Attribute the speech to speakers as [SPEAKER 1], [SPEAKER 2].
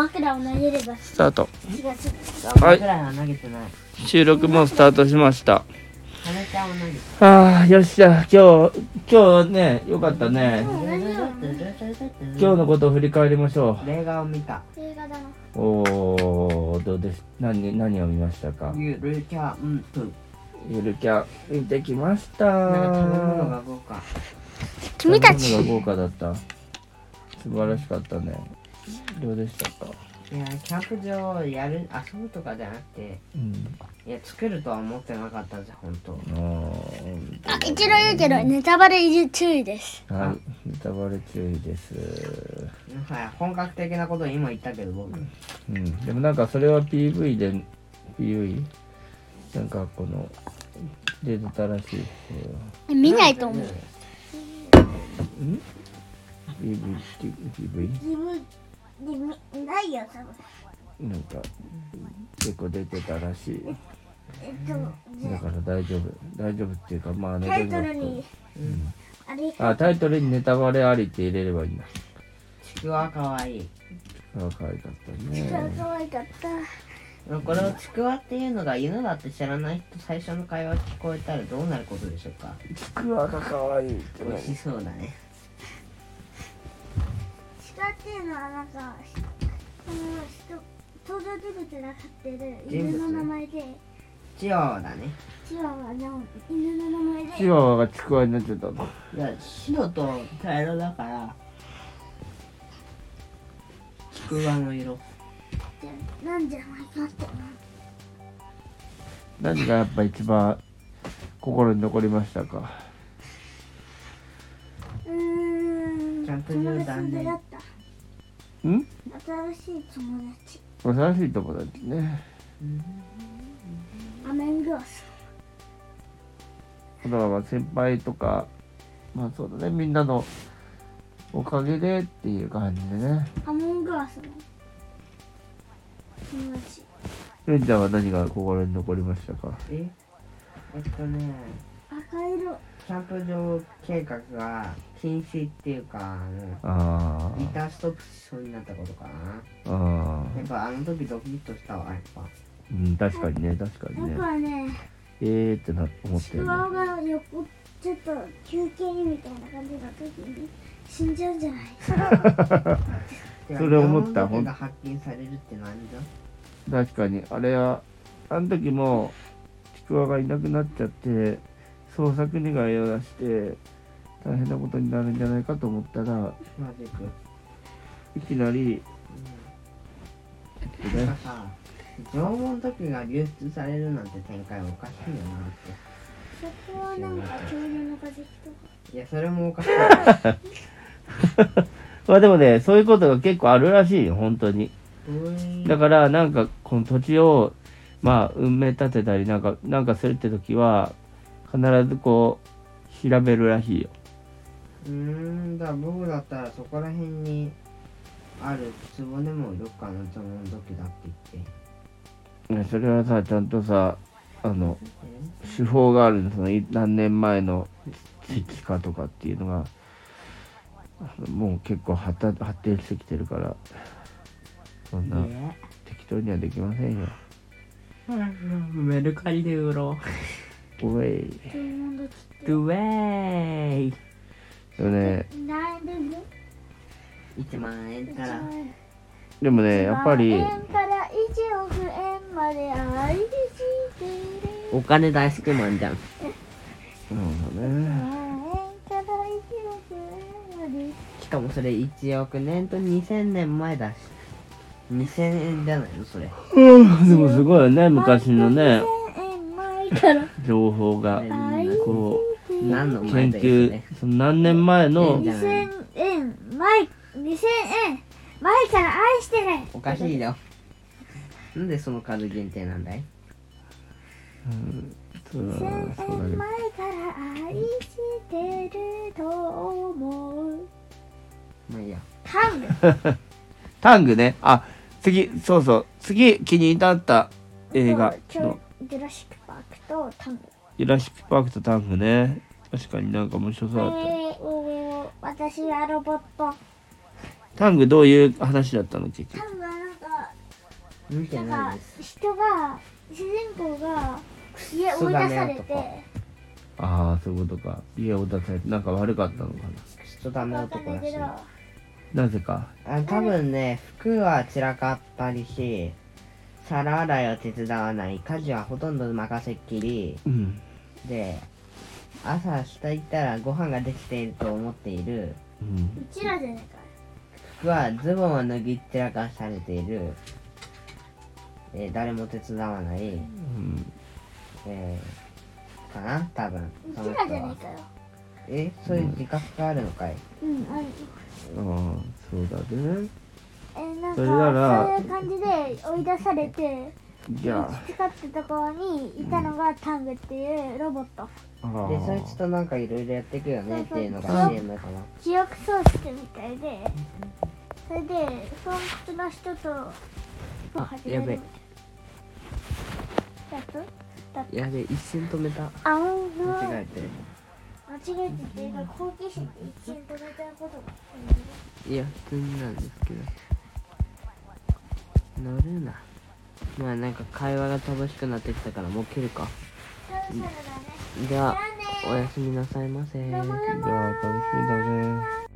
[SPEAKER 1] 枕を投げれば
[SPEAKER 2] スタート
[SPEAKER 1] 血がすぐ
[SPEAKER 2] はい
[SPEAKER 3] 僕らは投げてない。
[SPEAKER 2] 収録もスタートしました
[SPEAKER 3] カメちゃんは投げて
[SPEAKER 2] ああよっしゃ今日今日ねよかったね
[SPEAKER 3] ない。
[SPEAKER 2] 今日のことを振り返りましょ
[SPEAKER 3] 映画を見た。
[SPEAKER 1] 映画だな
[SPEAKER 2] うおーどうです何何を見ましたか
[SPEAKER 3] ゆるキャンプ。
[SPEAKER 2] ゆるキャン見てきました
[SPEAKER 3] なんか食べ物が豪華。
[SPEAKER 1] 君たち
[SPEAKER 2] 食べ物が豪華だった素晴らしかったねどうでしたか
[SPEAKER 3] いや、キャンプ場をやる、遊ぶとかじゃなくて、
[SPEAKER 2] うん
[SPEAKER 3] いや、作るとは思ってなかったんですよ、ほんと。
[SPEAKER 2] あー
[SPEAKER 1] あ一応言うけどネタバレ注意です
[SPEAKER 2] はい、ネタバレ注意です。
[SPEAKER 3] はい、本格的なことを今言ったけど、僕。
[SPEAKER 2] うん、でもなんかそれは PV で、PV? なんかこの、出てたらしいですよ。
[SPEAKER 1] 見ないと思う
[SPEAKER 3] う。
[SPEAKER 2] PV、PV?
[SPEAKER 1] リムリムないよ多分
[SPEAKER 2] なんか、結構出てたらしい。
[SPEAKER 1] えっと
[SPEAKER 2] だから大丈夫。大丈夫っていうか、まあね、
[SPEAKER 1] タイトルに
[SPEAKER 3] うん
[SPEAKER 1] あれ
[SPEAKER 2] あ、タイトルにネタバレありって入れればいいんだ。
[SPEAKER 3] ちくわかわいい。
[SPEAKER 2] あ、可愛かったね。
[SPEAKER 1] 可愛かった
[SPEAKER 3] これをちくわっていうのが犬だって知らない人最初の会話聞こえたらどうなることでしょうか
[SPEAKER 2] ちくわが可愛いって
[SPEAKER 3] 美味し
[SPEAKER 2] ね。
[SPEAKER 3] そうだね
[SPEAKER 1] 鹿っていうのはなんかこの人登場人物が飼ってる犬の名前で
[SPEAKER 3] チワワだね
[SPEAKER 1] チワワの犬の名前で
[SPEAKER 2] チワワがちくわになっちゃったの。
[SPEAKER 3] いや白と茶色だからちくわの色
[SPEAKER 1] ってなんじゃないかって
[SPEAKER 2] 何がやっぱ一番心に残りましたか
[SPEAKER 1] うーん
[SPEAKER 3] キャンプ場だね
[SPEAKER 1] 友達だった
[SPEAKER 2] ん
[SPEAKER 1] 新しい友達
[SPEAKER 2] 新しい友達ね
[SPEAKER 1] アメングラス
[SPEAKER 2] だからまあ先輩とかまあそうだねみんなのおかげでっていう感じでね
[SPEAKER 1] アメングラスの友達
[SPEAKER 2] レンちゃんは何が心に残りましたか
[SPEAKER 3] ええっとね
[SPEAKER 1] 赤色
[SPEAKER 3] キャンプ場計画が禁止っていうかあ
[SPEAKER 2] あ
[SPEAKER 3] のリターンストップしそうになったことかな
[SPEAKER 2] ああ
[SPEAKER 3] やっぱあの時ドキッとしたわやっぱ
[SPEAKER 2] ーうん確かにね確かに
[SPEAKER 1] 僕
[SPEAKER 2] ね
[SPEAKER 1] はね
[SPEAKER 2] えーってな思っ
[SPEAKER 1] ち
[SPEAKER 2] た
[SPEAKER 1] く
[SPEAKER 2] よ
[SPEAKER 1] わ
[SPEAKER 2] ね
[SPEAKER 1] が横ちょっと休憩みたいな感じの時に死んじゃうんじ ゃない
[SPEAKER 3] てか
[SPEAKER 2] それ思った
[SPEAKER 3] 縄文土器が発見されるって何だ
[SPEAKER 2] 確かにあれはあの時もちくわがいなくなっちゃって捜索願いを出して大変なことになるんじゃないかと思ったら
[SPEAKER 3] マジック
[SPEAKER 2] いきなり、
[SPEAKER 3] なん
[SPEAKER 2] ね
[SPEAKER 3] かさ、縄文土器が流出されるなんて展開はおかしいよなっ
[SPEAKER 1] そこはなんか恐竜の化石とか
[SPEAKER 3] て。いや、それもお かしい。う
[SPEAKER 2] まあでもねそういうことが結構あるらしいよ本当に
[SPEAKER 3] ーん
[SPEAKER 2] だからなんかこの土地をまあ埋め立てたりなんかなんかするって時は必ずこう調べるらしいよ
[SPEAKER 3] うーん、だから僕だったらそこら辺にある壺でもどっかの縄文土器だって言って。
[SPEAKER 2] ねそれはさちゃんとさあの手法があるのそのい何年前の地域かとかっていうのがあのもう結構発達発展してきてるからそんな適当にはできませんよ
[SPEAKER 3] メルカリで売ろ
[SPEAKER 2] おい
[SPEAKER 1] 縄文土器
[SPEAKER 3] う。ドゥェーイ
[SPEAKER 2] でもね
[SPEAKER 1] 何でも
[SPEAKER 3] !1 万円から。
[SPEAKER 2] でもねやっぱり
[SPEAKER 1] 1万円から1億円まで愛してる
[SPEAKER 3] お金大好きマンじゃん。
[SPEAKER 2] そうだね
[SPEAKER 1] 万円から1億円まで
[SPEAKER 3] しかもそれ1億年と2000年前だし。2000円じゃないのそれ。
[SPEAKER 2] うんでもすごいよね昔のね
[SPEAKER 1] 1円前から
[SPEAKER 2] 情報が
[SPEAKER 1] 愛して
[SPEAKER 2] こ
[SPEAKER 1] る
[SPEAKER 3] 何の
[SPEAKER 2] う研
[SPEAKER 3] 前だよ
[SPEAKER 2] 究
[SPEAKER 3] ね。
[SPEAKER 2] その何年前の
[SPEAKER 1] 2000円前2000円前から愛してる
[SPEAKER 3] おかしいよ。なんでその数限定なんだい
[SPEAKER 2] そうだなそうだ
[SPEAKER 1] 1000
[SPEAKER 2] け
[SPEAKER 1] 円前
[SPEAKER 2] ど
[SPEAKER 1] から愛してると思う
[SPEAKER 3] まあいいや。
[SPEAKER 1] タング
[SPEAKER 2] タングねあ次そうそう次気になった映画の
[SPEAKER 1] ジュラシックパークとタング
[SPEAKER 2] 「ジュラシック・パーク」と「タングね」確かになんか面白そうだった
[SPEAKER 1] えー私はロボット
[SPEAKER 2] タングどういう話だったの結局
[SPEAKER 1] タングはなんか
[SPEAKER 3] 見て
[SPEAKER 1] なん
[SPEAKER 3] ない
[SPEAKER 1] か
[SPEAKER 3] です
[SPEAKER 1] 人が主人公が家追
[SPEAKER 3] ク
[SPEAKER 1] い
[SPEAKER 3] ソだ
[SPEAKER 1] 出され
[SPEAKER 3] ねと
[SPEAKER 1] て
[SPEAKER 3] か
[SPEAKER 2] ああそういうことか家を出されてなんか悪かったのか
[SPEAKER 3] クソダメ
[SPEAKER 1] わかん
[SPEAKER 3] 男
[SPEAKER 1] ない
[SPEAKER 3] らし
[SPEAKER 1] け
[SPEAKER 3] い
[SPEAKER 1] ど
[SPEAKER 3] あ
[SPEAKER 2] ななぜか
[SPEAKER 3] 多分ね服は散らかったりし皿洗いを手伝わない家事はほとんど任せっきり
[SPEAKER 2] うん
[SPEAKER 3] で朝下行ったらご飯ができていると思っている
[SPEAKER 2] うん
[SPEAKER 1] うちらじゃないか
[SPEAKER 3] 服はズボンは脱ぎ散らかされている、えー誰も手伝わない、
[SPEAKER 2] うん
[SPEAKER 3] えーかな多分
[SPEAKER 1] う
[SPEAKER 3] そ
[SPEAKER 1] ち
[SPEAKER 3] の
[SPEAKER 1] らじゃな
[SPEAKER 3] 人
[SPEAKER 1] い
[SPEAKER 3] は
[SPEAKER 1] かよ
[SPEAKER 3] えそういう自覚があるのかい、
[SPEAKER 1] うんある
[SPEAKER 2] ああそうだね
[SPEAKER 1] えーなんか
[SPEAKER 2] それなら
[SPEAKER 1] そういう感じで追い出されて
[SPEAKER 2] じゃあ
[SPEAKER 1] 培ってところにいたのがタングっていうロボット
[SPEAKER 2] あ
[SPEAKER 3] でそいつ
[SPEAKER 2] ー
[SPEAKER 3] となんかいろいろやっていくよねっていうの
[SPEAKER 1] そうそ
[SPEAKER 3] が
[SPEAKER 1] う
[SPEAKER 3] CM かな
[SPEAKER 1] 記憶喪失みたいでそれで損失の人と
[SPEAKER 3] あやべえ
[SPEAKER 1] だとだ
[SPEAKER 3] やべ一瞬止めた
[SPEAKER 1] あうんの間
[SPEAKER 3] 間
[SPEAKER 1] 違
[SPEAKER 3] 違え
[SPEAKER 1] えてっていうか好奇心で一見止めたことが
[SPEAKER 3] ていや普通になんですけど乗るなまあなんか会話が楽しくなってきたからもう切るか
[SPEAKER 1] そろそろだね
[SPEAKER 3] じ
[SPEAKER 1] じ
[SPEAKER 3] ゃ
[SPEAKER 1] ゃ
[SPEAKER 3] あ
[SPEAKER 1] あ
[SPEAKER 3] お
[SPEAKER 1] ね
[SPEAKER 3] やすみなさいませ
[SPEAKER 1] どうもどうも
[SPEAKER 2] じゃあ楽しみだね